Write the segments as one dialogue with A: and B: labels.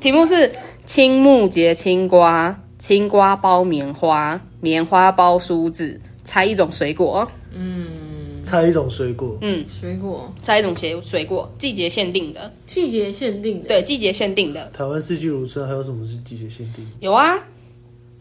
A: 题目是青木节青瓜，青瓜包棉花，棉花包梳子，猜一种水果，
B: 猜一种水果，
C: 水果
A: 猜一种水水果，季节限定的，
C: 季节限定的，
A: 对，季节限定的
B: 台湾四季如春，还有什么是季节限定？
A: 有啊。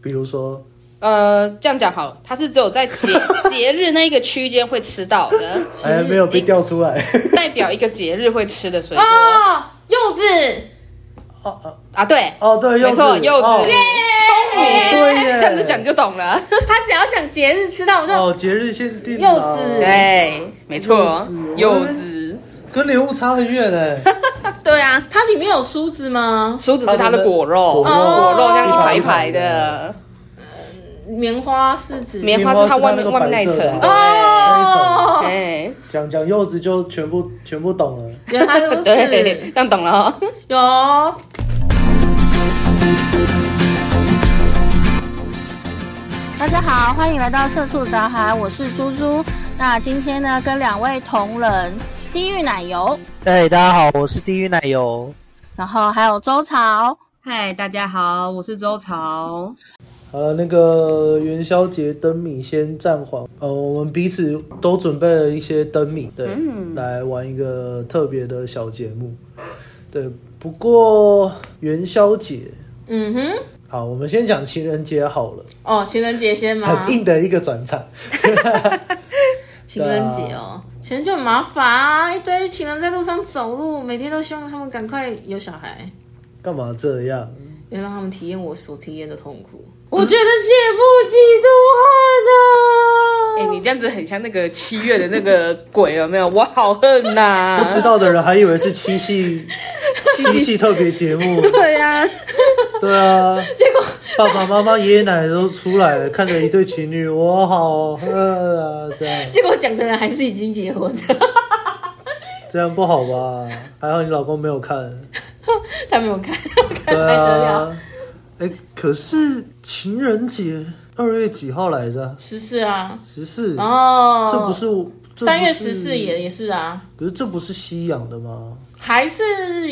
B: 比如说，
A: 呃，这样讲好了，它是只有在节 节日那一个区间会吃到的，
B: 哎，没有被调出来。
A: 代表一个节日会吃的水果
C: 啊，柚子，
A: 啊。对，
B: 哦，对，柚
A: 没
B: 子，
A: 错，柚子，
B: 哦
A: 聪明，
B: 对耶
A: 这样子讲你就懂了。
C: 他只要讲节日吃到，我就
B: 哦，节日限定
C: 柚
B: 啊
C: 子
A: 对，没错，柚
B: 柚
A: 子，
B: 跟礼物差很 远哎。
A: 对啊，
C: 它里面有梳子吗？
A: 薯子是它的果肉，
B: 果
A: 嗯
B: 肉
A: 果肉这样一排一排
B: 一排一排
A: 的
B: 的，
C: 棉花是指
A: 棉花是它外面
B: 棉
A: 外
B: 花
A: 面
B: 是它
A: 那一层
B: 那个白色的
A: 对
B: 那
C: 哦，
A: 哎，
B: 讲讲柚子就全部全部懂了。
C: 原来如此，
A: 对，这样懂了哦。
C: 有
D: 大家好，欢迎来到社畜杂谈，我是猪猪。那今天呢，跟两位同仁地狱奶油，
E: 嗨，哎大家好，我是地狱奶油。
D: 然后还有周潮。
A: 嗨，大家好，我是周潮。
B: 好了，那个元宵节灯谜先暂缓。呃，我们彼此都准备了一些灯谜，对，
A: 嗯
B: 来玩一个特别的小节目。对，不过元宵节，
C: 嗯哼，
B: 好，我们先讲情人节好了，
C: 哦，情人节先吗
B: 很？硬的一个转 场。
A: 啊
C: 情人节哦，情人节很麻烦啊，一堆情人在路上走路，每天都希望他们赶快有小孩，
B: 干嘛这样？
C: 也让他们体验我所体验的 痛苦。我觉得血不及毒
A: 哎，
C: 恨啊！
A: 你这样子很像那个七月的那个鬼，有没有？我好恨呐！
B: 不知道的人还以为是七 夕七夕特别节目。
C: 对呀、
B: 对啊，
C: 结果
B: 爸爸妈妈、爷爷奶奶都出来了，看着一对情侣，我好饿啊！这样
C: 结果讲的人还是已经结婚的，
B: 这样不好吧？还好你老公没有看。
C: 他没有看，
B: 对
C: 看还得了。
B: 啊，哎、可是情人节二月几号来着？
C: 十四啊，
B: 十四、
C: 哦，
B: 这不是这不是
C: 三月十四也也是啊，
B: 可是这不是西洋的吗？
C: 还是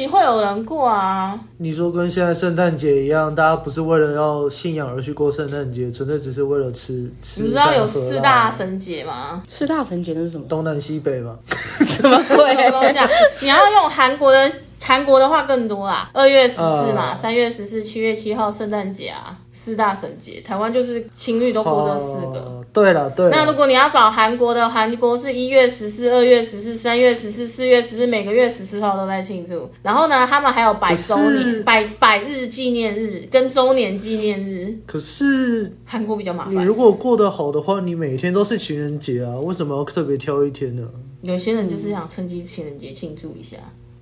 C: 会有人过啊。
B: 你说跟现在圣诞节一样，大家不是为了要信仰而去过圣诞节，纯粹只是为了吃吃。啊
C: 你知道有四大？嗯神节吗？
A: 四大神节那是什么？
B: 东南西北嘛，
A: 什么
C: 对，都这样。你要用韩国的，韩国的话更多啦，二月十四嘛，
B: 嗯
C: 三、月十四、七月七号圣诞节啊，四大神节。台湾就是情侣都过这四个。
B: 哦对了，对了。
C: 那如果你要找韩国的，韩国是一月十四、二月十四、三月十四、四月十四，每个月十四号都在庆祝。然后呢，他们还有百周
B: 可
C: 年、
B: 是
C: 百百日纪念日跟周年纪念日。
B: 可是
C: 韩国比较麻
B: 你
C: 烦，
B: 如果过得好的话，你每天都是情人节啊，为什么要特别挑一天呢？
C: 有些人就是想趁机情人节庆祝一下，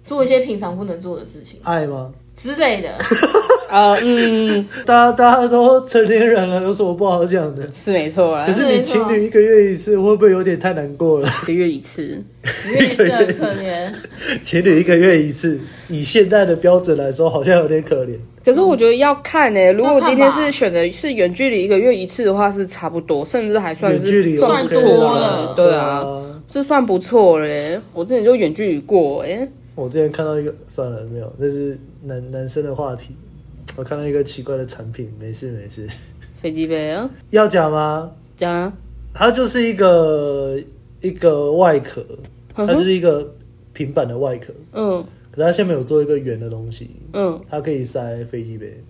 C: 做一些平常不能做的事情
B: 爱吗？
C: 之类 的。
A: 呃，嗯，
B: 大家大家都成年人了，有什么不好讲的？
A: 是没错啊啦
B: 可，是你情侣一个月一次，会不会有点太难过了？
A: 一个月一次。
C: 五月一次很可 怜，
B: 情侣一个月一次，以现在的标准来说，好像有点可怜。
A: 可是我觉得要看诶、如果今天
C: 要看吧
A: 是选的是远距离一个月一次的话，是差不多，甚至还算
B: 远
A: 是
B: 距离
A: 算
B: OK
A: 不错
C: 多
A: 了
C: 了，
A: 对啊，，这算不错嘞。我之前就远距离过诶、
B: 我之前看到一个，算了，没有，那是男男生的话题。我看到一个奇怪的产品，没事没事，
A: 飞机杯啊，
B: 要讲吗？
A: 讲啊，
B: 它就是一个一个外壳，它
A: 嗯
B: 就
A: 哼
B: 是一个平板的外壳，
A: 嗯
B: 可是它下面有做一个圆的东西，
A: 嗯，
B: 它可以塞飞机杯。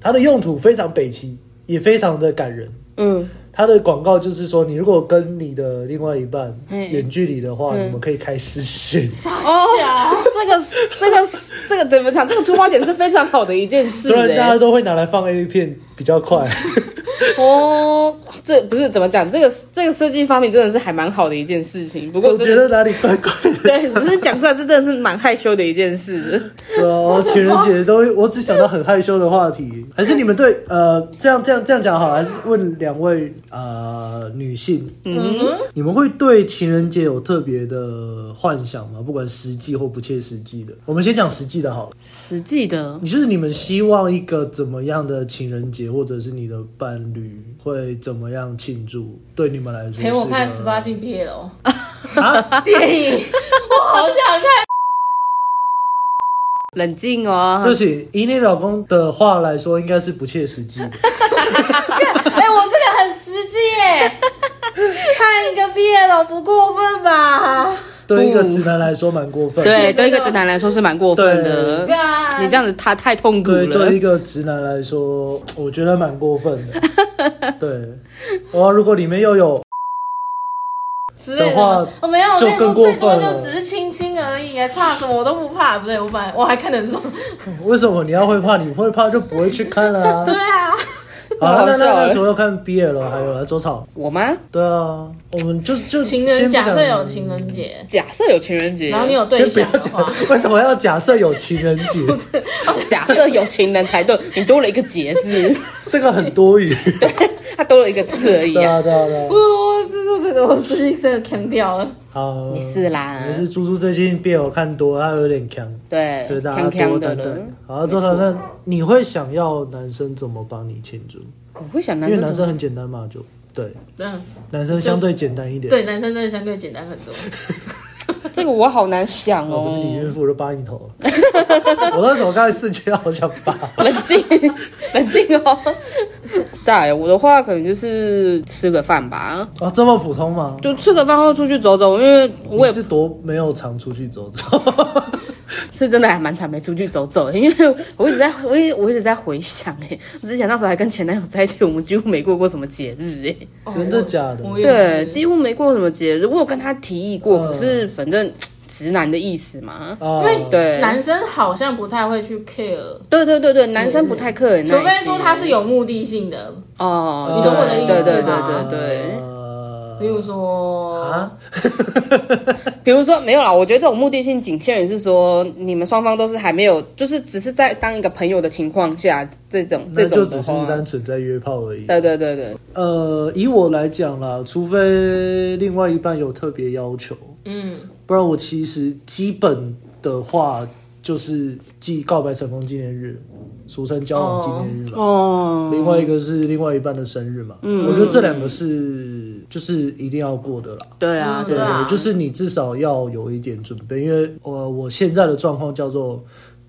B: 它的用途非常北齐，也非常的感人。
A: 嗯，
B: 它的广告就是说，你如果跟你的另外一半
A: 嘿
B: 远距离的话，
A: 嗯
B: 你们可以开视 讯。
C: 傻
A: 哦
C: 笑。，
A: 这个这个这个怎么讲？这个出发点是非常好的一件 事欸
B: 虽然
A: 诶、
B: 大家都会拿来放 A 片比较快，
A: 哦，这不是怎么讲？这个这个设计发明真的是还蛮好的一件事情，不过
B: 总
A: 真
B: 觉
A: 的
B: 得哪里怪怪的。
A: 对，只是讲出来是真的是蛮害羞的一件事。
B: 对啊，我情人节都会我只想到很害羞的话题，还是你们对呃这样这样这样讲好，还是问两位呃女性，
A: 嗯，
B: 你们会对情人节有特别的幻想吗？不管实际或不切实际的，我们先讲实际的好了。
A: 实际的。
B: 你就是你们希望一个怎么样的情人节，或者是你的伴侣会怎么样庆祝？对你们来说是啊
C: 陪我看
B: 个
C: 十八禁毕业楼
B: 啊，
C: 电影，我好想看。
A: 冷静哦
B: 对不。起，以你老公的话来说，应该是不切实际的。
C: 哎、我这个很实际 耶，看一个 BL 不过分吧？
B: 对一个直男来说，蛮过分的。
A: 对，对一个直男来说是蛮过分的
C: 对。啊，
A: 你这样子他太痛苦
B: 对，对一
A: 了。
B: 个直男来说，我觉得蛮过分的。 对，哇，如果里面又有，
C: 之类
B: 的
C: 的
B: 话
C: 我没有，
B: 就
C: 那
B: 更
C: 部
B: 过
C: 最多
B: 分了
C: 就只是亲亲而已，差什么我都不怕。不对，我本来我还看得 爽。
B: 为什么你要会怕？你会怕就不会去看啊。
C: 对啊，
B: 好了，
A: 好笑
B: 那那
A: 欸
B: 那时候要看 BL 了，还有来周草。
A: 我吗？
B: 对啊，我们就就
C: 情人
B: 先
C: 假
B: 不讲
C: 设有情人节，
A: 假设有情人节，
C: 然后你有对
B: 先不要
C: 象的
B: 讲
C: 话，，
B: 为什么要假设有情人节？
A: 假设有情人才对，你多了一个节字，
B: 这个很多余。
A: 他多了一个字而已
B: 对
A: 啊。
B: 啊，对啊，对啊
C: 不，。我哦这这这个我最近真的强掉了。
B: 好，
A: 没事啦，
B: 也是猪猪最近 BL 看多，他有点强，
A: 对
B: 对，大
A: 康
B: 家多
A: 康的
B: 等
A: 了。
B: 等。好，周草，那你会想要男生怎么帮你庆祝？
A: 我会想男
B: 因为男
A: 生怎么
B: 生很简单嘛，就对，
C: 嗯，
B: 男生相对简单一点。，
C: 对，男生真的相对简单很多。
A: 这个我好难想
B: 我不是你
A: 哦。
B: 孕妇，我就扒你头了。 我那时候刚才瞬间好想扒。
A: 冷静， 冷静哦。对，我的话可能就是吃个饭吧，
B: 啊，这么普通吗？
A: 就吃个饭后出去走走，因为我
B: 你
A: 也
B: 是多没有常出去走 走。
A: 是真的还蛮常没出去走走的，因为我一直在，我一我一直在回想哎、我之前那时候还跟前男友在一起，我们几乎没过过什么节日哎、
B: 真的假的
C: 我
A: 对
C: 也，是。
A: 几乎没过什么节日。我有跟他提议过，
B: 嗯
A: 可是反正直男的意思嘛，
B: 啊，
C: 因为
A: 对，
C: 男生好像不太会去 care，
A: 对对对对，男生不太客人，
C: 除非说他是有目的性的，
A: 哦，
C: 你懂我的意思
A: 对对
C: 吗
A: 对对对。
C: 比如
B: 对。
C: 说
B: 啊，
A: 比如说没有啦，我觉得这种目的性仅限于是说你们双方都是还没有，就是只是在当一个朋友的情况下，这种这
B: 那
A: 种
B: 就
A: 的
B: 只是
A: 话
B: 单纯在约炮而已。
A: 对对对对，
B: 呃，以我来讲啦，除非另外一半有特别要求，
C: 嗯，
B: 不然我其实基本的话就是记告白成功纪念日，俗称交往纪念日嘛。
A: 哦，
B: 另外一个是另外一半的生日嘛。我觉得这两个是就是一定要过的啦。
A: 对啊，
C: 嗯
A: 对
C: 对啊
B: 就是你至少要有一点准备，因为我、呃我现在的状况叫做。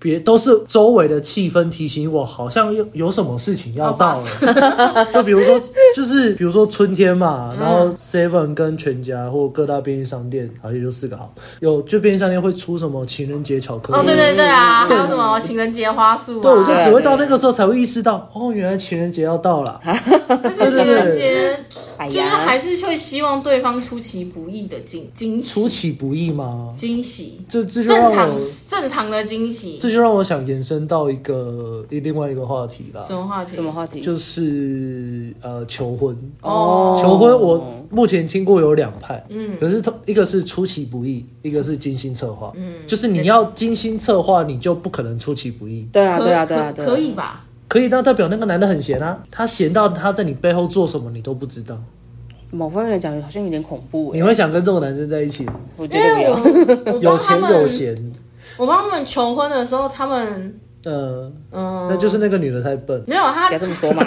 B: 别都是周围的气氛提醒我，好像有有什么事情要到
C: 哦
B: 了。 就比如说，就是比如说春天嘛，然
C: 嗯
B: 后 Seven 跟全家或各大便利商店，好像也就四个好，有就便利商店会出什么情人节巧克力。
C: 哦，对对对啊，还有什么情人节花束啊？
B: 嗯对，我就只会
A: 对
B: 到那个时候才会意识到，哦，原来情人节要到了。
C: 啊但是情人节
A: 哎
C: 就是还
A: 呀，
C: 是会希望对方出其不意的惊惊
B: 出
C: 喜
B: 其不意吗？
C: 惊喜，
B: 这这就让
C: 正常
B: 我
C: 正常的惊喜。
B: 这就让我想延伸到一个另外一个话题啦
C: 什。么话题
A: 什？么话题？
B: 就是呃求婚，
C: 哦
B: 求婚我目前听过有两派，
C: 嗯
B: 可是它一个是出其不意，一个是精心策划，
C: 嗯
B: 就是你要精心策划，你就不可能出其不意。
A: 对啊
C: 可
A: 对啊对啊
C: 可
A: 对啊，
C: 可以吧？
B: 可以，那代表那个男的很闲啊，他闲到他在你背后做什么你都不知道，
A: 某方面来讲好像有点恐怖哎
B: 你，会想跟这种男生在一起？
A: 我觉
C: 因
A: 得没
C: 为我
A: 有，
C: 我
B: 有
C: 帮他
B: 钱
C: 们，
B: 有闲，
C: 我帮他们求婚的时候，他们
B: 呃，
C: 嗯，
B: 那就是那个女的太笨，
C: 没有啊他
A: 不要这么说嘛，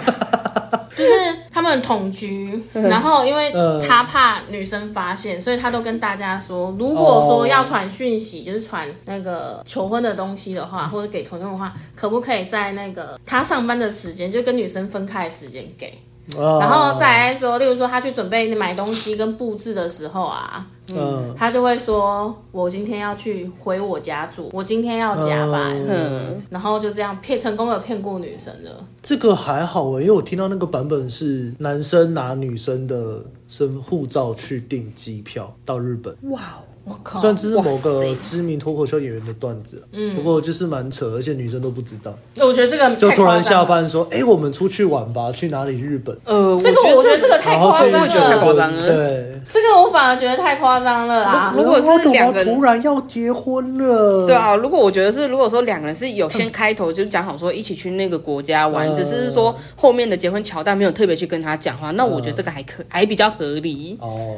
C: 就是他们 同居，然后因为
B: 嗯
C: 他怕女生发现，所以他都跟大家说，如果
B: 哦
C: 说要传讯息，就是传那个求婚的东西的话，或者给同用的话，可不可以在那个他上班的时间，就跟女生分开的时间给？
B: 啊
C: 然后再来说，例如说他去准备买东西跟布置的时候啊，
B: 嗯，
C: 他就会说：“我今天要去回我家住，我今天要加班。
B: 哦
A: 嗯，
C: 然后就这样骗成功的骗过女生了。
B: 这个还好诶，因为我听到那个版本是男生拿女生的身护照去订机票到日本，
A: 哇哦，
C: 我靠！
B: 虽然这是某
C: 哇
B: 个
C: 塞
B: 知名脱口秀演员的段子，嗯，不过就是蛮扯，而且女生都不知道，
C: 我觉得这个
B: 就
C: 太
B: 突
C: 夸
B: 然
C: 张
B: 下
C: 了
B: 班说，哎、我们出去玩吧，去哪里？日本。
A: 呃，
C: 这个我觉得这个太
B: 然后
C: 夸
B: 去
C: 张
B: 日本
A: 太
C: 了，
A: 夸张了
B: 对，
C: 这个我反而觉得太夸张了啦。
B: 哦
A: 如果
B: 然后
A: 是两个
B: 怎么
A: 人
B: 突。然要结婚了，
A: 对，啊，如果我觉得是，如果说两个人是有先开头就讲好说一起去那个国家玩，
B: 嗯
A: 只是说后面的结婚桥段没有特别去跟他讲话，那我觉得这个还可还比较合理。
B: 哦，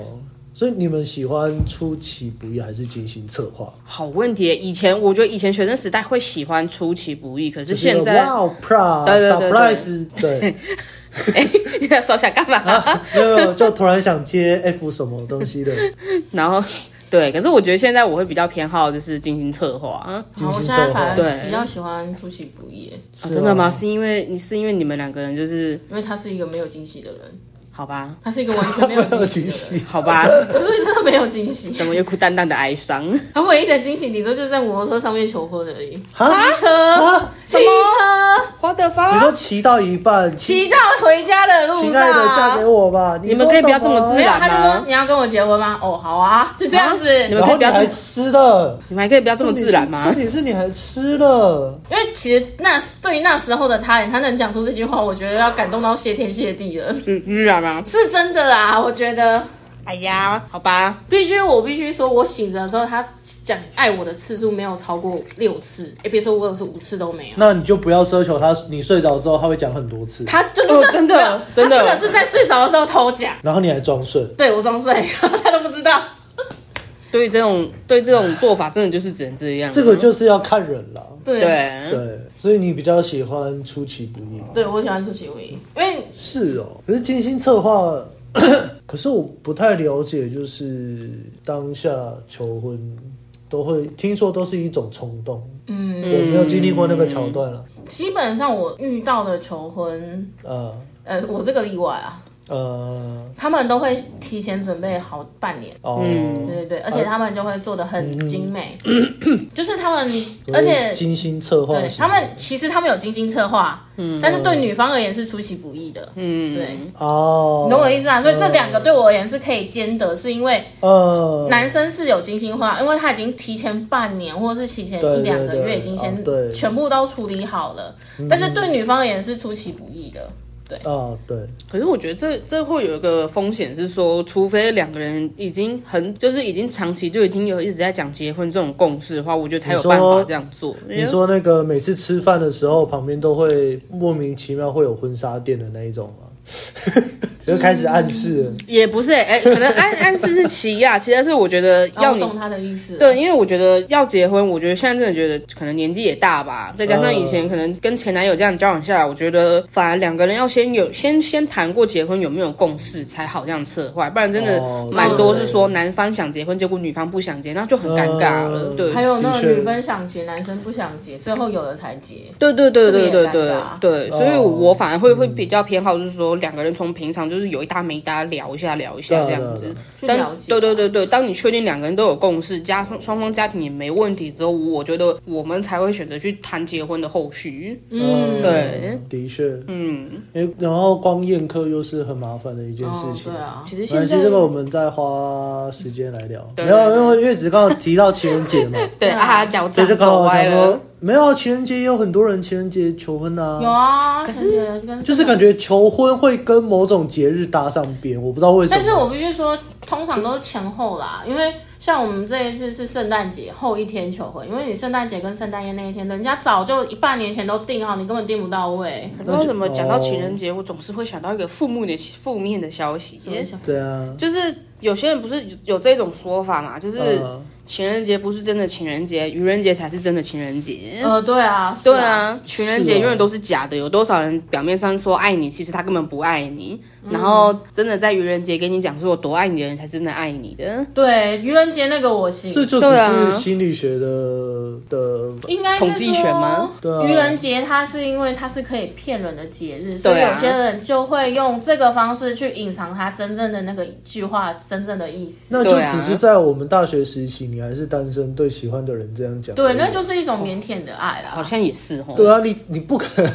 B: 所以你们喜欢出其不意还是精心策划？
A: 好问题耶，以前我觉得以前学生时代会喜欢出其不意，可是
B: 就
A: 现在
B: 哇哦，pra
A: 对对对对
B: surprise，对，
A: 哎你 在手想干嘛？ 啊
B: 没有没有，就突然想接 F 什么东西的，
A: 然后对，可是我觉得现在我会比较偏好就是精心策划，嗯，啊
B: 精
C: 我
B: 心
C: 现
B: 策
C: 在反
B: 划，
A: 对
C: 而比较喜欢出其不意，
B: 是啊
A: 真的吗？是因为你是因为你们两个人就是
C: 因为他是一个没有惊喜的人，
A: 好吧，
C: 他是一个完全没有
B: 没有
C: 惊
B: 惊
C: 喜的人，
B: 喜，
A: 好 吧，
C: 可是真的没有惊喜。
A: 怎么又哭淡淡的哀伤？
C: 他唯一的惊喜，顶多就是在摩托车上面求婚而已。
B: 啊
C: 骑车，
B: 啊！
C: 骑车，
A: 我的
B: 你
A: 发，
B: 说骑到一半，亲
C: 骑到回家的路
B: 亲
C: 上。
B: 爱的嫁给我吧，你
A: 你们可以不要这么自
B: 自
C: 没有，
A: 然
C: 他就
A: 吗
C: 说你要跟我结婚吗？哦，好啊，就这样子。
A: 你们
B: 然
A: 可以
B: 后
A: 不
B: 你
A: 要这
B: 还
A: 么，
B: 吃了，
A: 你们还可以不要这么自然吗？
B: 重点是重点是你还吃了，
C: 因为其实那对于那时候的他，他能讲出这句话，我觉得要感动到谢天谢地了，
A: 嗯，自然吗？
C: 是真的啦。我觉得
A: 哎呀，好吧，
C: 必须，我必须说，我醒着的时候，他讲爱我的次数没有超过六次，哎，别说我有是五次都没有。
B: 那你就不要奢求他，你睡着之后他会讲很多次，
C: 他就是
A: 哦真的
C: 没有
A: 真的
C: 他真的是在睡着的时候偷讲，
B: 然后你还装睡，
C: 对我装睡， 他都不知道。
A: 对于这种对这种做法，真的就是只能这样。
B: 这个就是要看人了。
C: 对
A: 对
C: 对，
B: 对，所以你比较喜欢出其不意。
C: 我喜欢出其不意，因为
B: 是哦，可是精心策划， 可是我不太了解，就是当下求婚都会听说都是一种冲动。嗯，我没有经历过那个桥段啊了。
C: 基本上我遇到的求婚，
B: 呃
C: 呃，我这个例外啊，
B: 呃
C: 他们都会提前准备好半年。
B: 哦，
C: 对对对，而且他们就会做的
B: 嗯
C: 很 精美，就是他们，
B: 所以
C: 而且
B: 精心策划
C: 对
B: 型
C: 他们其实他们有精心策划，
B: 嗯
C: 但是对女方而言是出其不意的，
A: 嗯，
C: 对，
B: 哦，
C: 你懂我的意思啊？所以这两个对我而言是可以兼得，是因为
B: 呃，
C: 男生是有精心化，因为他已经提前半年或者是提前
B: 对
C: 一两个
B: 对对
C: 月已经先
B: 哦对嗯
C: 全部都处理好了，但是对女方而言是出其不意的，
B: 啊，对，
C: 哎
A: 可是我觉得这这会有一个风险是说，除非两个人已经很就是已经长期就已经有一直在讲结婚这种共识的话，我觉得才有
B: 你说
A: 办法这样做。因为
B: 你说那个每次吃饭的时候，旁边都会莫名其妙会有婚纱店的那一种吗？ 就开始暗示了
A: 也不是、欸，哎、可能暗暗示是其呀、其实是我觉得
C: 然后
A: 要
C: 哦我
A: 你。
C: 懂他的意思，
A: 对，因为我觉得要结婚，我觉得现在真的觉得可能年纪也大吧，再加上以前可能跟前男友这样交往下来，我觉得反而两个人要先有先先谈过结婚有没有共识才好这样策划，不然真的
B: 哦
A: 蛮多是说
B: 对
A: 男方想结婚，结果女方不想结，那就很尴尬了。
B: 嗯
A: 对，
C: 还有那
B: 的
C: 种
B: 确
C: 女生想结，男生不想结，最后有了才结。
A: 对对对对对
C: 这个也
A: 对
C: 尴尬
A: 对，所以
B: 哦
A: 我反而会会比较偏好，就是说两个人从平常就是有一搭没一搭聊一下聊一下
B: 对
A: 这
B: 啊对
A: 样
B: 啊
A: 子。
C: 去
A: 但
C: 了解，
A: 对对对对，当你确定两个人都有共识，家双方家庭也没问题之后，我觉得我们才会选择去谈结婚的后续。
C: 嗯，
A: 对，
B: 的确，
A: 嗯，
B: 因为然后光宴客又是很麻烦的一件事情。
C: 哦、对啊，
A: 其实
B: 没
A: 现
B: 关系，
A: 在
B: 这个我们再花时间来聊。
A: 对
B: 没有，因为因为只是刚好提到情人节 嘛，
A: 对啊，脚
B: 所以就
A: 掌
B: 刚
A: 走
B: 好
A: 歪
B: 想说
A: 了。，
B: 没有啊情人节也有很多人情人节求婚啊，
C: 有啊，可是跟
B: 就是感觉求婚会跟某种节日搭上边，我不知道为什么。
C: 但是我必须说，通常都是前后啦，因为像我们这一次是圣诞节后一天求婚，因为你圣诞节跟圣诞夜那一天，人家早就一半年前都订好，你根本订不到位。
A: 不知道为什么讲到情人
B: 哦
A: 节，我总是会想到一个负面的负面的消息，
B: 对啊，
A: 就是有些人不是有有这种说法嘛，就是
B: 呃
A: 情人节不是真的情人节，愚人节才是真的情人
B: 嗯
A: 节。
C: 呃，对啊，是
A: 对，啊，情人节
B: 是哦
A: 永远都是假的。有多少人表面上说爱你，其实他根本不爱你，
B: 嗯
A: 然后真的在愚人节跟你讲说我多爱你的人才真的爱你的。
C: 对，愚人节那个我信，
B: 这就
A: 对
B: 只
A: 啊
B: 是心理学的的
C: 应该是
A: 统计学吗
B: 对啊
C: 说，愚人节它是因为它是可以骗人的节日，所以
A: 对啊
C: 有些人就会用这个方式去隐藏它真正的那个一句话真正的意思。
B: 那就
A: 对啊
B: 只是在我们大学时期，你还是单身，对喜欢的人这样讲。
C: 对，那就是一种腼腆的爱
A: 好
C: 啦。
A: 像也是哦，
B: 对啊，你你不可能，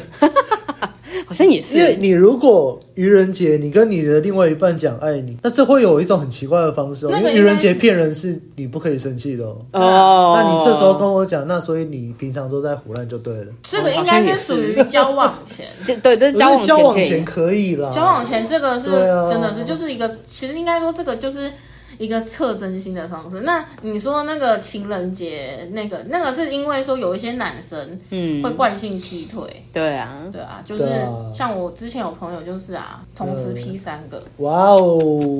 A: 好像也
B: 因为
A: 是。
B: 你如果愚人节你跟你的另外一半讲爱你，那这会有一种很奇怪的方式哦，
C: 那
B: 因
C: 个
B: 为
C: 应该
B: 愚人节骗人是你不可以生气的哦。
A: 哦，
B: 那你这时候跟我讲，那所以你平常都在胡乱就对了。
C: 这个
A: 哦好像
C: 应该
A: 也是
C: 是属于交往前。
A: 这对这是交
B: 可
A: 往
B: 是交往
A: 前可
B: 前
A: 以
B: 可以啦，
C: 交往前这个是
B: 对啊
C: 真的是就是一个，其实应该说这个就是一个测真心的方式。那你说那个情人节那个那个是因为说有一些男生会
A: 嗯，
C: 惯性劈腿，
A: 对啊，
C: 对啊，就是
B: 对啊
C: 像我之前有朋友就是啊，同时劈三个，
B: 哇哦，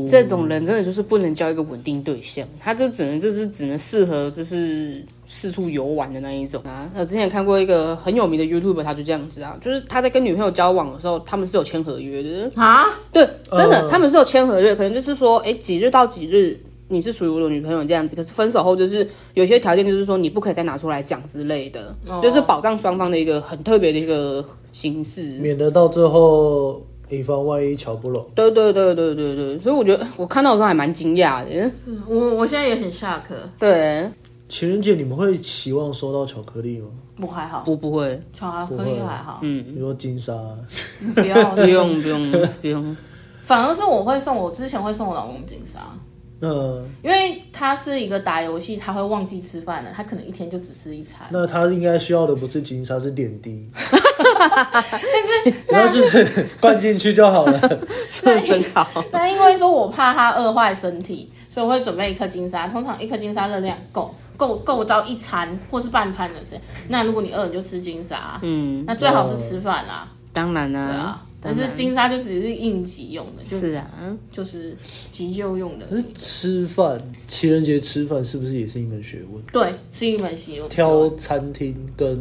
A: 这种人真的就是不能交一个稳定对象，他就只能就是只能适合就是四处游玩的那一种啊。我之前看过一个很有名的 YouTube，他就这样子啊，就是他在跟女朋友交往的时候，他们是有签合约的，
C: 啊，
A: 对，真的，
B: 呃
C: 嗯
A: 他们是有签合约，可能就是说，哎，几日到几日。你是属于我的女朋友这样子，可是分手后就是有些条件就是说你不可以再拿出来讲之类的，
C: 哦
A: 就是保障双方的一个很特别的一个形式。
B: 免得到最后以防万一瞧不拢。
A: 对对对对对对，所以我觉得我看到的时候还蛮惊讶的。
C: 我我现在也很 shock，
A: 对，
B: 情人节你们会期望收到巧克力吗？
C: 我还好，
A: 不不会，
C: 巧克力还好，
B: 比如说金沙，
C: 嗯 不要
A: 不，用不用不用，
C: 反而是我会送我之前会送我老公金沙，
B: 那
C: 因为他是一个打游戏，他会忘记吃饭的，他可能一天就只吃一餐。
B: 那他应该需要的不是金沙，是点滴。然后就是灌进去就好了。
A: 真 好。
C: 那因为说我怕他饿坏身体，所以我会准备一颗金沙。通常一颗金沙热量够，够够到一餐或是半餐的时候。那如果你饿，你就吃金沙。嗯，那最好
B: 哦
C: 是吃饭啦，
A: 当然啦、
C: 对啊。但是金沙就只是应急用的，就是
A: 啊，
C: 就是急救用的
B: 可。是吃饭，情人节吃饭是不是也是一门学问？
C: 对，是一门习用。
B: 挑餐厅跟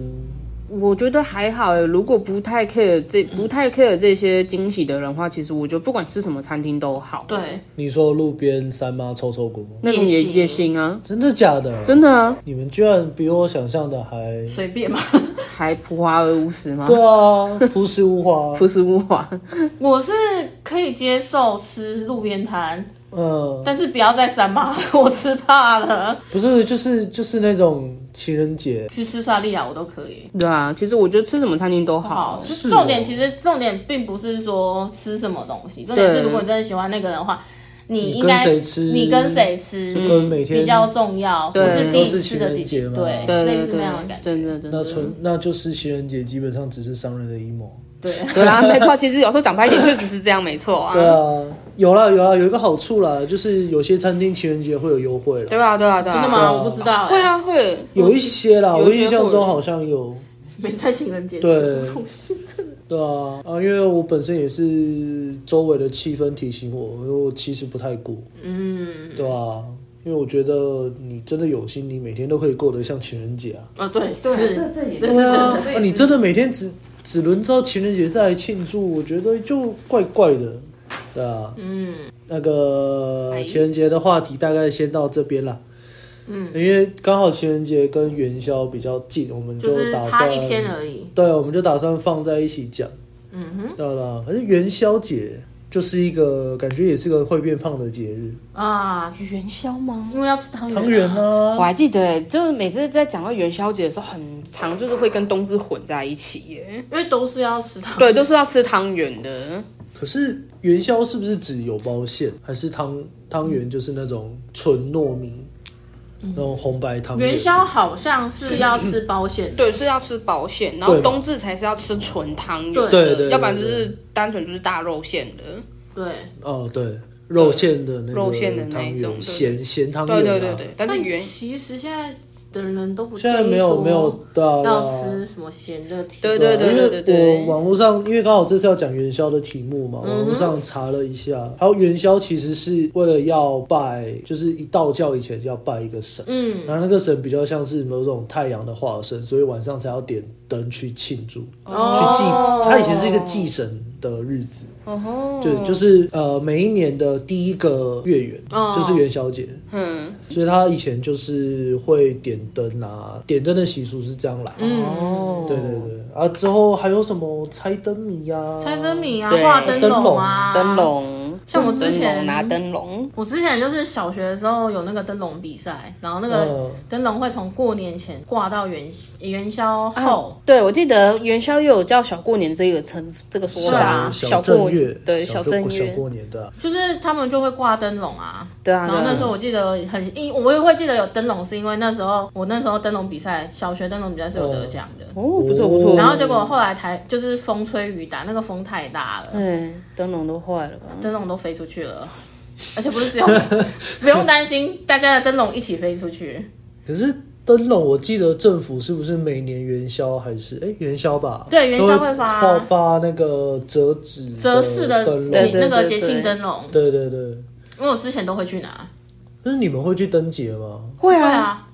A: 我觉得还好诶。如果不太 care 这不太 care 这些惊喜的人的话，其实我觉得不管吃什么餐厅都好。，
C: 对，
B: 你说路边三妈臭臭锅，
A: 那种也也行啊，
B: 真的假的？
A: 真的啊，
B: 你们居然比我想象的还……
C: 随便嘛。
A: 还朴华而无实吗？
B: 对啊，朴实无华。
A: 朴实无华，
C: 我是可以接受吃路边摊，
B: 嗯，
C: 但是不要再三八， 我吃怕了。
B: 不是，就是就是那种情人节，
C: 去吃萨莉亚我都可以。
A: 对啊，其实我觉得吃什么餐厅都
C: 好，
A: 好。
B: 是
C: 就
B: 哦
C: 重点其实重点并不是说吃什么东西，重点是
A: 对
C: 如果你真的喜欢那个人的话，你
B: 你
C: 应该
B: 跟谁吃
C: 你跟谁吃
B: 就跟每天
C: 比较重要，不
A: 对
C: 是第
A: 都
C: 一
B: 是情
C: 次的
B: 人
C: 地
B: 节
C: 点，
B: 嘛
C: 对，
A: 对
C: 类
A: 对
C: 似
A: 对
C: 那样的感，觉。
A: 真的真
B: 那
A: 的，
B: 纯那就是情人节基本上只是商人的阴谋。
A: 对啊，没错。其实有时候讲白一点，确实是这样，没错啊。
B: 对啊，有啦有啦，有一个好处啦，就是有些餐厅情人节会有优惠了。
A: 对啊，对啊，对啊。
C: 真的
B: 对啊
C: 吗？我不知道，欸
A: 会，啊，会。
B: 有一些啦，
A: 有
B: 我
A: 一些
B: 印象
A: 会
B: 中好像有。
C: 没在情人节吃
B: 对
C: 这种东西，真的
B: 对啊，啊，因为我本身也是周围的气氛提醒我，因为我其实不太过，
C: 嗯，
B: 对啊，因为我觉得你真的有心，你每天都可以过得像情人节啊。
C: 啊，对，是这这也是
B: 对啊，啊
C: 真的，
B: 你真的每天只只轮到情人节再来庆祝，我觉得就怪怪的，对啊。
C: 嗯，
B: 那个
C: 哎
B: 情人节的话题大概先到这边啦。嗯，因为刚好情人节跟元宵比较近，我们
C: 就是
B: 打
C: 差
B: 算
C: 一天而已，
B: 对，我们就打算放在一起讲。嗯哼，对啦，反正元宵节就是一个感觉也是个会变胖的节日，
C: 啊，
A: 元宵吗？
C: 因为要吃汤圆，
B: 汤圆，啊
A: 我，还记得，就是每次在讲到元宵节的时候，很常就是会跟冬至混在一起耶。
C: 因为都是要吃汤，
A: 对，都是要吃汤圆的。
B: 可是元宵是不是指有包馅，还是汤汤圆就是那种纯糯米，
A: 嗯
B: 那种红白汤圆？
C: 元宵好像是要吃包馅的，
A: 对，是要吃保馅，然后
B: 对嘛
A: 冬至才是要吃纯汤圆
C: 对
A: 的，
B: 对对对
A: 要不然就是单纯就是大肉馅的。
C: 对，
B: 哦，对，肉馅的那个
A: 肉馅的那
B: 汤
A: 一种
B: 圆，
A: 对
B: 咸咸汤圆、啊，
A: 对对对对，但是
C: 但
A: 元
C: 其实现在的人都不
B: 现在
C: 建议
B: 没有
C: 说
B: 没有对啊，
C: 要
B: 对啊
C: 吃什么咸的甜
A: 对
C: 的，
A: 对对对对
B: 因为
A: 对嗯
B: 我网络上，因为刚好这次要讲元宵的题目嘛，网络上查了一下，然后元宵其实是为了要拜，就是一道教以前要拜一个神，
C: 嗯，
B: 然后那个神比较像是某种太阳的化身，所以晚上才要点灯去庆祝，
C: 嗯哦
B: 去祭。它以前是一个祭神的日子，
A: 哦，
B: 对，就是呃每一年的第一个月圆
C: 哦
B: 就是元宵节，
A: 嗯，
B: 所以他以前就是会点灯啊，点灯的习俗是这样来，
C: 嗯
A: 哦，
B: 对对对，啊，之后还有什么猜灯谜呀、啊？
C: 猜灯谜啊，
A: 对
C: 画灯笼啊，
A: 灯。笼，
C: 像我之
A: 灯笼
C: 前
A: 拿灯笼，
C: 我之前就是小学的时候有那个灯笼比赛，然后那个
B: 嗯
C: 灯笼会从过年前挂到元元宵后，
A: 对我记得元宵又有叫小过年这个称这个说法，
C: 啊
B: 小
A: 过
B: 正月，
A: 对
B: 小
A: 小正
B: 小
A: 月，
B: 过年的啊、
C: 就是他们就会挂灯笼啊。
A: 对啊，
C: 然后
A: 对啊
C: 那时候我记得很印，我也会记得有灯笼，是因为那时候我那时候灯笼比赛，小学灯笼比赛是有得奖的。
A: 哦，不错不错，
C: 然后结果后来台就是风吹雨打，那个风太大了，
A: 对灯笼都坏了吧？
C: 灯笼都飞出去了，而且不是只有 我，不用担心，大家的灯笼一起飞出去。
B: 可是灯笼，我记得政府是不是每年元宵还是哎、元宵吧？
C: 对元宵
B: 都
C: 会发
B: 发发那个折纸
C: 折式呃的
B: 灯
A: 嗯
B: 笼，
A: 对对
C: 那个节庆灯笼，
B: 对对对。
C: 因为我之前都会去拿。
B: 可是你们会去灯节吗？
A: 会
C: 会
A: 啊
C: 啊，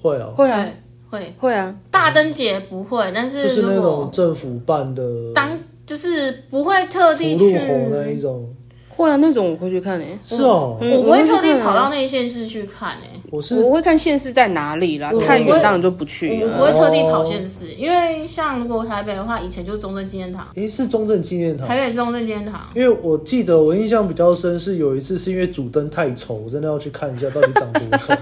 B: 会哦、
A: 会啊
C: 对，会。
A: 会啊，
C: 大灯节不会，但
B: 就是是那
C: 如
B: 种
C: 果
B: 政府办的
C: 当就是不会特
B: 福
C: 地
B: 禄
C: 去，
B: 红那一种，
A: 会啊，那种我会去看诶、
B: 是哦，
A: 嗯
C: 我不会特地
A: 我会去看啊
C: 跑到那县市去看欸诶、
B: 我是
A: 我会看县市在哪里啦
C: 我，
A: 太
C: 我
A: 远
C: 会
A: 当然就不去啊
C: 我
B: 哦
A: 了。
C: 不会特地跑县市，因为像如果台北的话，以前就是中正纪念堂，
B: 诶，是中正纪念堂
C: 台。北是中正纪念堂。
B: 因为我记得我印象比较深是有一次是因为主灯太丑，我真的要去看一下到底长多丑。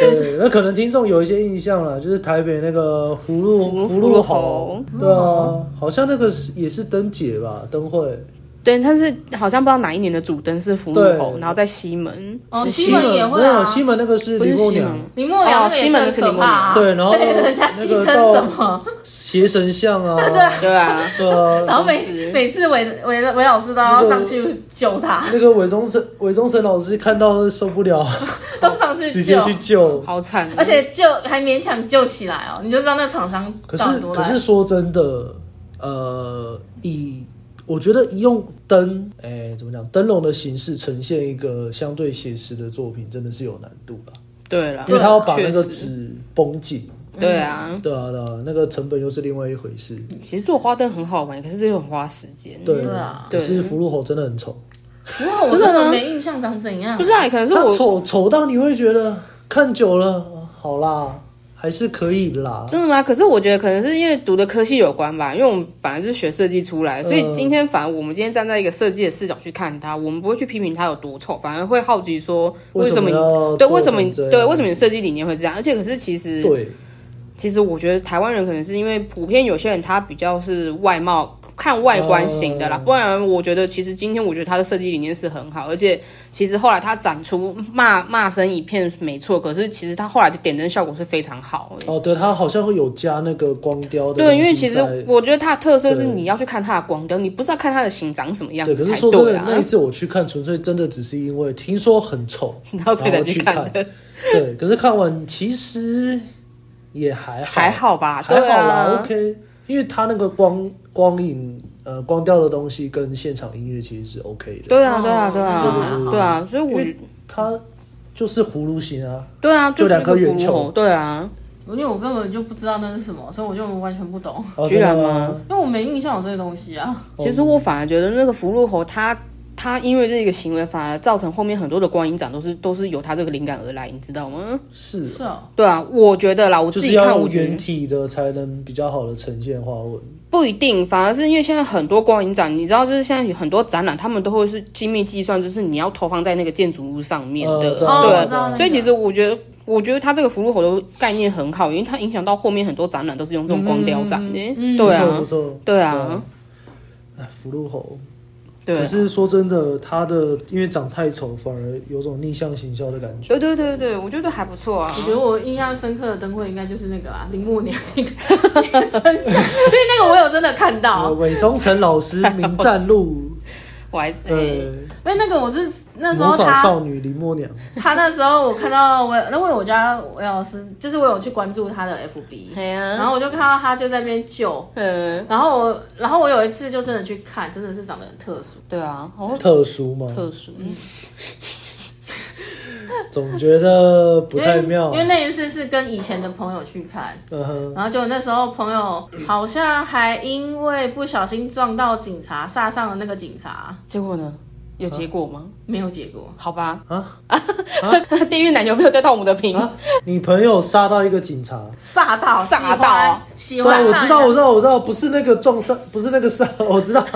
B: 对，那可能听众有一些印象啦，就是台北那个葫芦葫芦猴，对啊，好像那个是也是灯节吧，灯会。
A: 对，但是好像不知道哪一年的主灯是福禄猴，
B: 对
A: 然后在西门。
C: 哦，
A: 是
C: 西门也会
B: 没
C: 啊
B: 有，西门那个是
A: 不
B: 李
A: 是
B: 默
A: 西门
B: 娘，
C: 林默娘那个也很可怕啊。
B: 哦西门的是林默娘对 然后
C: 人家牺牲
B: 那个到
C: 什么？
B: 邪神像啊，
A: 对啊，
B: 对啊，
C: 然后每
A: 死
C: 每次韦韦韦老师都要上去救他，
B: 那个韦忠成韦忠成老师看到受不了，
C: 都上去
B: 直接
C: 救，
B: 去救。
A: 好惨哦。
C: 而且救还勉强救起来哦，你就知道那厂商
B: 可
C: 到底
B: 是
C: 多
B: 可
C: 烂
B: 是说真的，呃，以我觉得以用灯，哎、怎么讲，灯笼的形式呈现一个相对写实的作品，真的是有难度了，
A: 对啦，
C: 啊
B: 因为他要把那个
A: 确实
B: 纸绷紧。
A: 对啊，
B: 对啊，对啊，那个成本又是另外一回事。
A: 其实做花灯很好玩，可是这又很花时间。
B: 对，
C: 对啊
B: 可是福禄猴真的很丑，
C: 哇，我真的没印象长怎样，
A: 不知道、欸可能是
B: 他
A: 我
B: 丑丑到你会觉得看久了，哦好啦，还是可以啦。
A: 真的吗？可是我觉得可能是因为读的科系有关吧，因为我们本来就是学设计出来，所以
B: 嗯
A: 今天反而我们今天站在一个设计的视角去看它，我们不会去批评它有多丑，反而会好奇说为什么你
B: 要
A: 对
B: 做
A: 为什么你
B: 成这样
A: 对为什么你设计理念会这样？而且可是其实
B: 对
A: 其实我觉得台湾人可能是因为普遍有些人他比较是外貌看外观型
B: 哦
A: 的啦，不然我觉得其实今天我觉得他的设计理念是很好，而且其实后来他展出骂骂声一片没错，可是其实他后来的点灯效果是非常好、欸。
B: 哦，对，他好像会有加那个光雕的东西在。
A: 对，因为其实我觉得它的特色是
B: 对
A: 你要去看它的光雕，你不知道看它的形长什么样
B: 对，
A: 子
B: 可是
A: 才
B: 说真的，
A: 啊，
B: 那 一次我去看，纯粹真的只是因为听说很丑，
A: 然后所以才
B: 然后
A: 去
B: 哦去
A: 看的，
B: 对。可是看完其实也还好，
A: 还好吧？
B: 还好
A: 对
B: 啦、
A: 啊
B: o k 因为它那个光光影呃光雕的东西跟现场音乐其实是 OK 的，
A: 对啊，对啊，对啊
B: 哦，
A: 对啊，所以
B: 因
A: 我
B: 为它就是葫芦形啊，
A: 对啊，
B: 就两颗
A: 就
B: 圆球
A: 是那个葫芦猴对啊，
C: 因为我根本就不知道那是什么，所以我就完全不懂，
B: 哦
A: 居然
B: 真的哦
A: 吗？
C: 因为我没印象有这些东西啊。
A: 其实我反而觉得那个福禄猴他。他因为这个行为，反而造成后面很多的观影展都是都是由他这个灵感而来，你知道吗？
B: 是
C: 是哦，
A: 对啊，我觉得啦，我
B: 就
A: 自
B: 是
A: 己看
B: 要
A: 我
B: 用
A: 觉得
B: 圆体的才能比较好的呈现花纹，
A: 不一定，反而是因为现在很多光影展，你知道，就是现在有很多展览，他们都会是精密计算，就是你要投放在那个建筑物上面的，
B: 呃对
C: 哦，我
A: 对
C: 知道那个，
A: 所以其实我觉得，我觉得他这个福禄猴的概念很好，因为它影响到后面很多展览都是用这种光雕展的，
B: 不
A: 对
B: 错
A: 啊
B: 不，错。
A: 对
B: 对
A: 啊，
B: 哎，福禄猴，
A: 对啊
B: 只是说真的，他的因为长太丑，反而有种逆向行销的感觉。
A: 对对对对，我觉得还不错啊
C: 我。觉得我印象深刻的灯会应该就是那个啊啦，林默娘那个 先生像，因为那个我有真的看
B: 呃
C: 到，
B: 韦忠诚老师名战路，
A: 我还
B: 呃
A: 对，，
C: 因为那个我是那时候
B: 魔法
C: 他
B: 少女林默娘，
C: 他那时候我看到我那我有家韦老师，就是我有去关注他的 FB，
A: 哎呀，
C: 然后我就看到他就在那边救，
A: 嗯，
C: 然后我然后我有一次就真的去看，真的是长得很特殊，
A: 对啊，好
B: 特殊吗？
A: 特殊，
B: 总觉得不
C: 因
B: 太
C: 为
B: 妙
C: 因。为那一次是跟以前的朋友去看，
B: 嗯哼，
C: 然后就那时候朋友好像还因为不小心撞到警察，煞上了那个警察，
A: 结果呢？有结果吗？
C: 没有结果。
A: 好吧，
B: 啊
A: 地狱奶牛没有掉到我们的屏。
B: 你朋友杀到一个警 察，
C: 煞到，
A: 煞
C: 喜欢
A: 到
C: 喜
B: 对，啊
C: 欢
B: 我
C: 上
B: 知道，
C: 人
B: 我知道，我知道，不是那个撞杀，不是那个杀， 我知 道。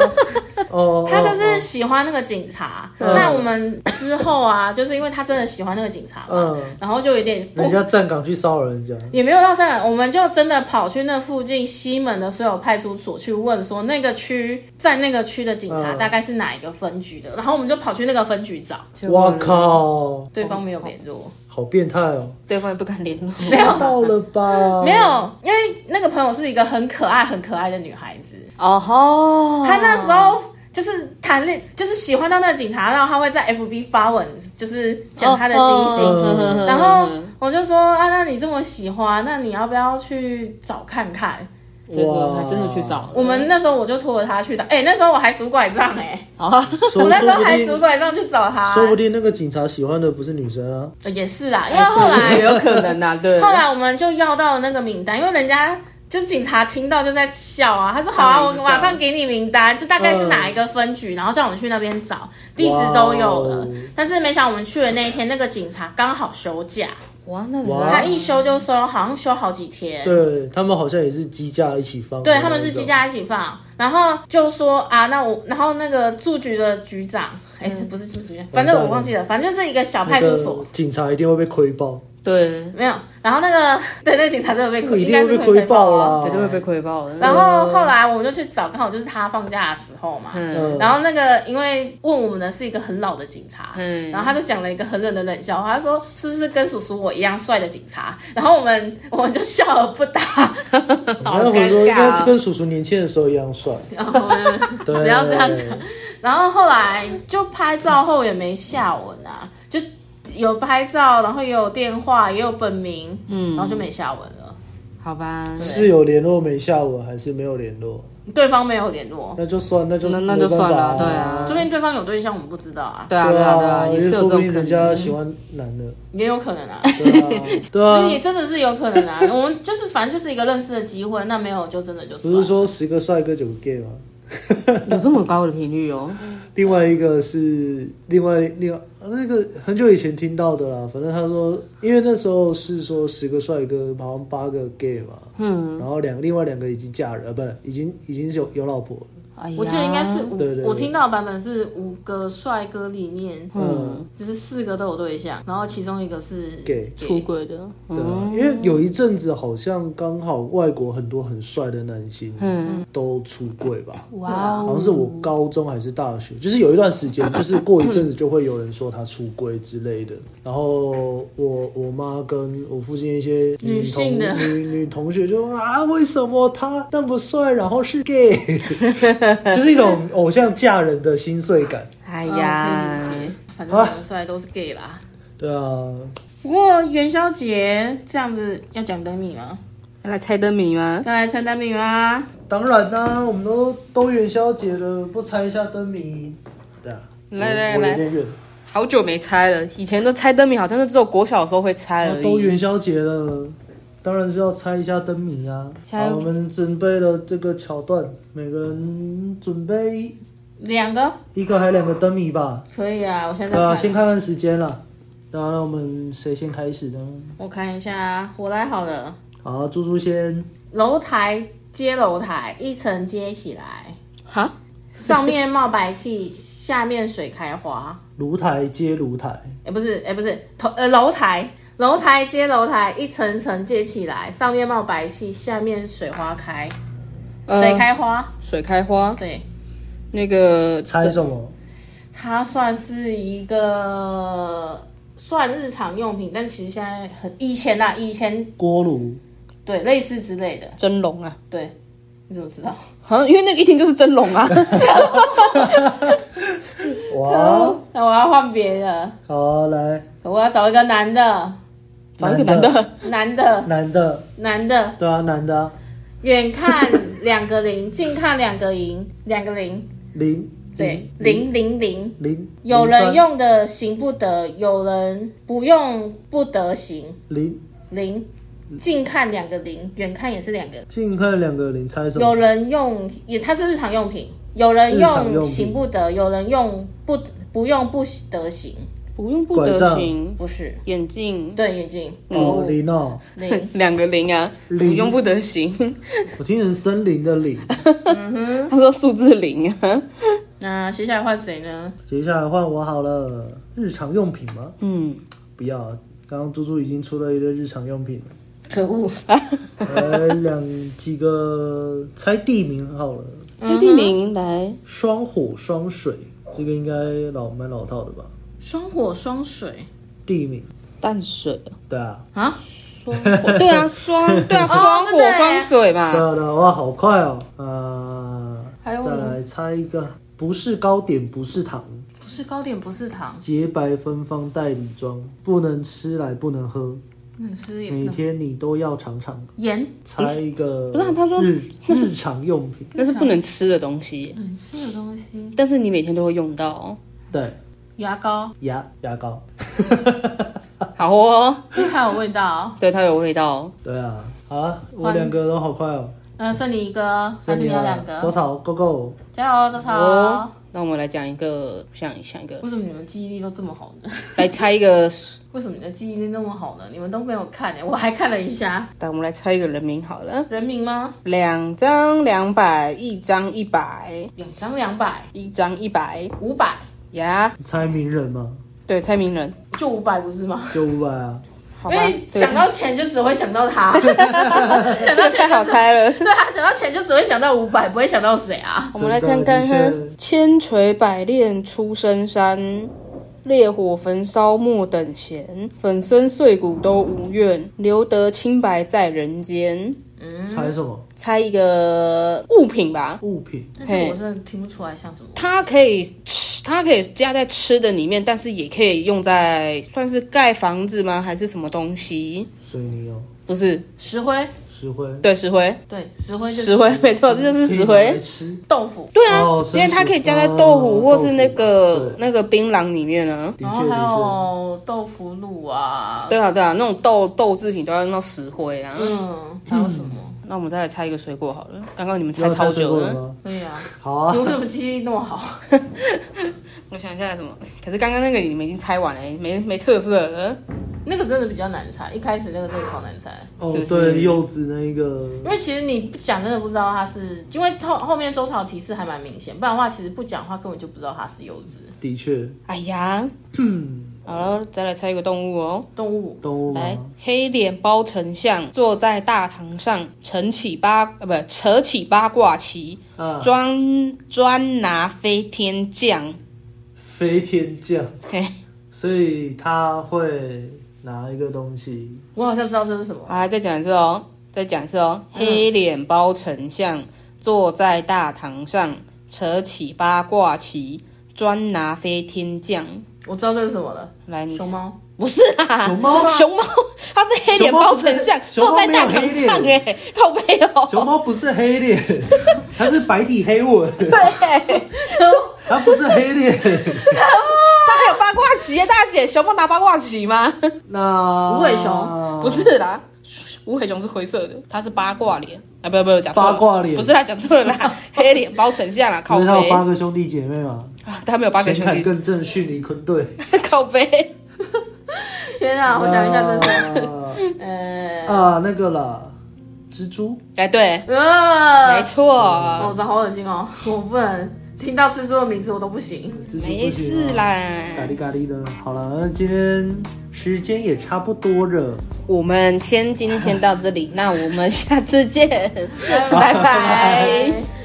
B: 哦，
C: 他就
B: 哦
C: 是喜欢那个警察。
B: 嗯
C: 那我们之后啊， 就是因为他真的喜欢那个警察嘛，
B: 嗯
C: 然后就有点
B: 人家站岗去骚扰人家，
C: 也没有到三个，我们就真的跑去那附近西门的所有派出所去问说，那个区在那个区的警察
B: 嗯
C: 大概是哪一个分局的，然后我们就跑去那个分局找，
B: 哇靠，
C: 对方
B: 嗯
C: 没有联络，
B: 好变态 哦！
A: 对方也不敢联络。
C: 没有
B: 到了吧？
C: 没有，因为那个朋友是一个很可爱、很可爱的女孩子，
A: 哦吼，
C: 她那时候就是谈恋，就是喜欢到那个警察，然后她会在 FB 发文，就是讲她的心情。
B: 嗯
C: 然后我就说啊，那你这么喜欢，那你要不要去找看看？
A: 结果还真的去找了
C: 我们那时候我就拖着她去找，哎、那时候我还拄拐杖哎、
A: 啊，
B: 说
C: 我那时
B: 哦说
C: 候
B: 不
C: 还拄
B: 定，
C: 拐杖去找她、
B: 说不定那个警察喜欢的不是女生啊。
C: 呃也是啊，因为后来
A: 哎有可能呐，对。
C: 后来我们就要到了那个名单，因为人家就是警察听到就在笑啊，他说好啊，
A: 当
C: 我
A: 然就笑
C: 马上给你名单，就大概是
B: 嗯
C: 哪一个分局，然后叫我们去那边找，地址都有
B: 哇哦
C: 了。但是没想到我们去的那一天，那个警察刚好休假，
A: 哇，那你
B: 哇
C: 他一休就收，好像休好几天。
B: 对他们好像也是机架一起放的那
C: 哎对，
B: 种，
C: 他们是机架一起放，然后就说啊，那我，然后那个驻局的局长，哎、
B: 嗯
C: 不是驻局，反正我忘记了，反正就是一个小派
B: 那
C: 出
B: 个
C: 所，
B: 警察一定会被亏爆，
A: 对，
C: 没有。然后那个对，那个警察真的被亏，
B: 一
C: 应
B: 定
C: 该
B: 会
C: 是
B: 被亏
C: 爆
B: 爆
C: 啊。
B: 啦，
A: 绝对会被亏爆的。
C: 然哦后后来我们就去找，刚好就是他放假的时候嘛。
A: 嗯，
B: 嗯。
C: 然后那个因为问我们的是一个很老的警察，
A: 嗯
C: 然后他就讲了一个很冷的冷笑话，他说是不是跟叔叔我一样帅的警察？然后我们 我们就笑而 不答，
A: 好
B: 然后我
A: 尴
B: 说应该是
A: 尬
B: 跟叔叔年轻的时候一样帅，
C: 然后我们
B: 对，
C: 不要这样讲然后后来就拍照后也没下文啊，就有拍照，然后也有电话，也有本名，嗯，然后就没下文了。
A: 好吧，
B: 是有联络没下文，还是没有联络？
C: 对方没有联络，
B: 那就算，那就
A: 那
B: 那
A: 那就算了对啊
C: 说不定对方有对象，我们不知道啊，
A: 对啊，
B: 对
A: 对啊，对
B: 啊，
A: 啊，也
B: 因
A: 是
B: 为
A: 有
B: 说
A: 这
B: 不
A: 种
B: 定
A: 可
B: 人家
A: 能。
B: 喜欢男的，
C: 也有可能啊。
B: 对啊， 对
C: 也
B: 啊，
C: 真的是有可能 啊，我们就是反正就是一个认识的机会，那没有就真的就算
B: 不
C: 了
B: 是说十个帅哥九个 gay 吗？
A: 有这么高的频率哦？
B: 另外一个是另外另外那个很久以前听到的啦，反正他说，因为那时候是说十个帅哥好像八个 gay 嘛，嗯，然后两另外两个已经嫁人，呃，不是已经已经是有有老婆了，
A: 哎呀
C: 我记得应该是五，
B: 对对对
C: 我听到的版本是五个帅哥里面，嗯，就是四个都有对象，然后其中一个是
B: Gay
A: 出轨的，
B: 对啊，因为有一阵子好像刚好外国很多很帅的男星，嗯，都出柜吧。
C: 哦
A: 哇
B: 好像是我高中还是大学，就是有一段时间，就是过一阵子就会有人说他出轨之类的。然后我我妈跟我附近一些
C: 女
B: 同
C: 性的
B: 女女同学就问啊，为什么他那么帅，然后是 gay，就是一种偶像嫁人的心碎感。
A: 哎
C: 哎
A: 呀，
C: 反正很帅都是 gay 啦。
B: 对啊，
C: 不过元宵节这样子要讲灯谜吗？
A: 要来猜灯谜吗？
C: 要来猜灯谜吗？
B: 当然啦、我们都都元宵节了，不猜一下灯谜？对啊，
A: 来
B: 我
A: 来
B: 我
A: 来
B: 有点远。
A: 好久没猜了，以前都猜灯谜，好像就只有国小的时候会猜而
B: 那哦都
A: 已。
B: 元宵节了，当然是要猜一下灯谜啊。
A: 猜
B: 好，我们准备了这个桥段，每个人准备
C: 两个
B: 一个还两个灯谜吧。
C: 可以啊，我现在
B: 对
C: 在
B: 啊，
C: 看
B: 先看看时间啦。那那我们谁先开始呢？
C: 我看一下，我来好了。
B: 好，猪猪先。
C: 楼台接楼台，一层接起来，
A: 哈，
C: 上面冒白气，下面水开花。
B: 炉台接炉台，
C: 哎、不是，哎、不是，头呃楼台，楼台接楼台，一层层接起来，上面冒白气，下面水花开，
A: 呃
C: 水开花。
A: 水开花，
C: 对，
A: 那个
B: 猜什么？
C: 它算是一个算日常用品，但其实现在很以前啊，以前
B: 锅炉。
C: 对类似之类的，
A: 蒸笼啊，
C: 对，你怎么知道？
A: 好像因为那个一听就是蒸笼啊。
B: 哇，
C: 那我要换别的，
B: 好来，
C: 我要找一个男的，
A: 找一个男的，
C: 男的，
B: 男的，
C: 男的，
B: 对啊，男的啊，
C: 远看两个零，近看两个赢，两个零，
B: 零
C: 对，零零零。
B: 零，
C: 有
B: 零
C: 人
B: 三
C: 用的行不得，有人不用不得行。
B: 零，
C: 零，近看两个零，远看也是两个。
B: 近看两个零，猜什
C: 有
B: 么？
C: 人用也，它是日常用品。有人
B: 日常用
C: 用
B: 品
C: 行不得，有人用不不用不得行，
A: 不用不
B: 拐
A: 得
B: 杖
A: 行，
C: 不是。
A: 眼镜
C: 对，眼镜。
B: 哦，零哦，
C: 零
A: 两个零啊，不
B: 零
A: 用不得行。
B: 我听成森林的 林。
A: 他说数字零啊，
C: 那接下来换谁呢？
B: 接下来换我好了，日常用品吗？
A: 嗯，
B: 不要啊，刚刚猪猪已经出了一堆日常用品了，
C: 可恶！
B: 来两几个猜地名好了，
A: 猜地名来，
B: 双火双水，这个应该老蛮老套的吧？
C: 双火双水
B: 地名，
A: 淡水，
B: 对啊，
C: 啊，
A: 对啊，双对啊，双
C: 真
A: 火
C: 的耶
A: 双水
B: 对
A: 嘛，
B: 啊对啊，哇，好快哦，啊、
C: 还有
B: 再来猜一个，不是糕点，不是糖，
C: 不是糕点，不是糖，
B: 洁白芬芳代理装，不能吃来不能喝，
C: 那是也不
B: 每
C: 能
B: 天你都要尝尝。
C: 盐，
B: 猜一个，
A: 嗯不是啊他说
B: 日日常用品，
A: 那是不能吃的东西，
C: 嗯，是有东西，
A: 但是你每天都会用到哦。
B: 对，
C: 牙膏，
B: 牙牙膏，
A: 好哦，
C: 还有味道。
A: 对，它有味道哦。
B: 对啊，好啊，我两个都好快哦，
C: 嗯，剩你一个哦，下
B: 剩
C: 次
B: 你
C: 你要
B: 了
C: 两个
B: 早，草，Go Go！
C: 加油，周
A: 哦
C: 超。
A: 那我们来讲一个，想想一个，
C: 为什么你们记忆力都这么好呢？
A: 来猜一 个，
C: 为什么你的记忆力那么好呢？你们都没有看哎、我还看了一下
A: 来我们来猜一个人名好了，
C: 人名吗？
A: 两张两百，一张一百，
C: 两张两百，
A: 一张一百
C: 五百
A: 呀，
B: 你猜名人吗？
A: 对，猜名人，
C: 就五百不是吗？
B: 就五百啊，
A: 好吧
C: 因为，
A: 这个
C: 想到钱就只会想到他， 想
A: 这
C: 到
A: 个太
C: 钱
A: 好
C: 就只
A: 猜 了。
C: 对啊，想到钱就只会想到五百，不会想到谁啊？
A: 我们来看看
B: 真
A: 他
B: 的的确
A: 千锤百炼出深山，烈火焚烧莫等闲，粉身碎骨都无怨，留得清白在人间。
B: 猜什么
A: 猜一个物品吧，
B: 物品？
C: 但是我真的听不出来像什么。
A: 它可以吃，它可以加在吃的里面，但是也可以用在算是盖房子吗？还是什么东西？
B: 水泥哦，
A: 不是，
C: 石灰，
B: 石灰，
A: 对，石灰，
C: 对，石灰就是
A: 石灰，没错，这就是石
B: 可以拿来
A: 灰。
B: 吃
C: 豆腐，
A: 对啊，
B: 嗯哦生
A: 因为它
B: 食
A: 可以加在
B: 哦
A: 豆腐或是
B: 豆腐
A: 那个
B: 对
A: 那个槟榔里面啊。
B: 的
C: 然
B: 确
C: 后还
B: 的
C: 有豆腐乳啊，
A: 对啊，对啊，那种豆豆制品都要用到石灰啊。
C: 嗯，还有什么？
A: 那我们再来猜一个水果好了，刚刚你们
B: 确，
A: 猜
B: 要
A: 超
B: 猜水
A: 久
B: 果了
A: 了。
B: 吗？
C: 可以啊，
B: 好啊
A: 嗯
C: 你，为什么记忆力那么好？
A: 我想一下什么，可是刚刚那个你们已经猜完了，没没特色了。
C: 那个真的比较难猜，一开始那个真的超难猜，
B: 哦
A: 是不，是
B: 对，柚子那个，
C: 因为其实你不讲真的不知道它是，因为后后面周朝提示还蛮明显，不然的话其实不讲话根本就不知道它是柚子
B: 的确，
A: 哎 呀，好了，再来猜一个动物哦。
C: 动物。
B: 动物吗？
A: 来，黑脸包丞相坐在大堂上，扯起八呃不扯起八卦旗，
B: 啊，
A: 专专拿飞天将。
B: 飞天将，
A: 嘿，
B: 所以他会拿一个东西，
C: 我好像知道这是什么，
A: 啊，再讲一次哦，再讲一次哦。
B: 嗯
A: 黑脸包丞相坐在大堂上，扯起八卦旗，专拿飞天将。
C: 我知道这是什么了，
A: 来，你
C: 熊猫。
A: 不是啊，
B: 熊猫吗
A: 熊猫，它是黑脸包丞相
B: 熊
A: 坐
B: 猫不是
A: 在大堂
B: 熊猫
A: 上，
B: 没有
A: 哎，靠背
B: 熊
A: 哦，
B: 猫不是黑脸，
C: 哦
B: 它是白底黑 纹，
A: 对，
B: 它不是黑脸。
A: 它还有八卦旗耶，大姐，熊猫拿八卦旗吗？
B: 那
A: 哦
C: 无尾
B: 哦
C: 熊
A: 不是啦，无尾熊是灰色的，它是八卦脸。啊，不不不，讲错了
B: 八卦脸
A: 不是啦，讲错了啦， 黑脸包丞相啦，靠
B: 因为
A: 背
B: 他有八个兄弟姐妹嘛，
A: 啊， 他没有八个
B: 显
A: 兄
B: 坎
A: 弟，
B: 更正逊尼坤队。
A: 靠背。
C: 天 啊，我想一下这是，
B: 是
C: 呃，
B: 啊，那个啦，蜘蛛
A: 哎，对，
C: 呃，
A: 没错，
C: 我操，好恶心哦！我不能听到蜘蛛的名字我都不行。
B: 蜘蛛
A: 没
B: 不行
A: 事
B: 啊咖
A: 啦。
B: 喱咖喱的。好了，那今天时间也差不多了，
A: 我们先今天先到这里，那我们下次见，拜拜。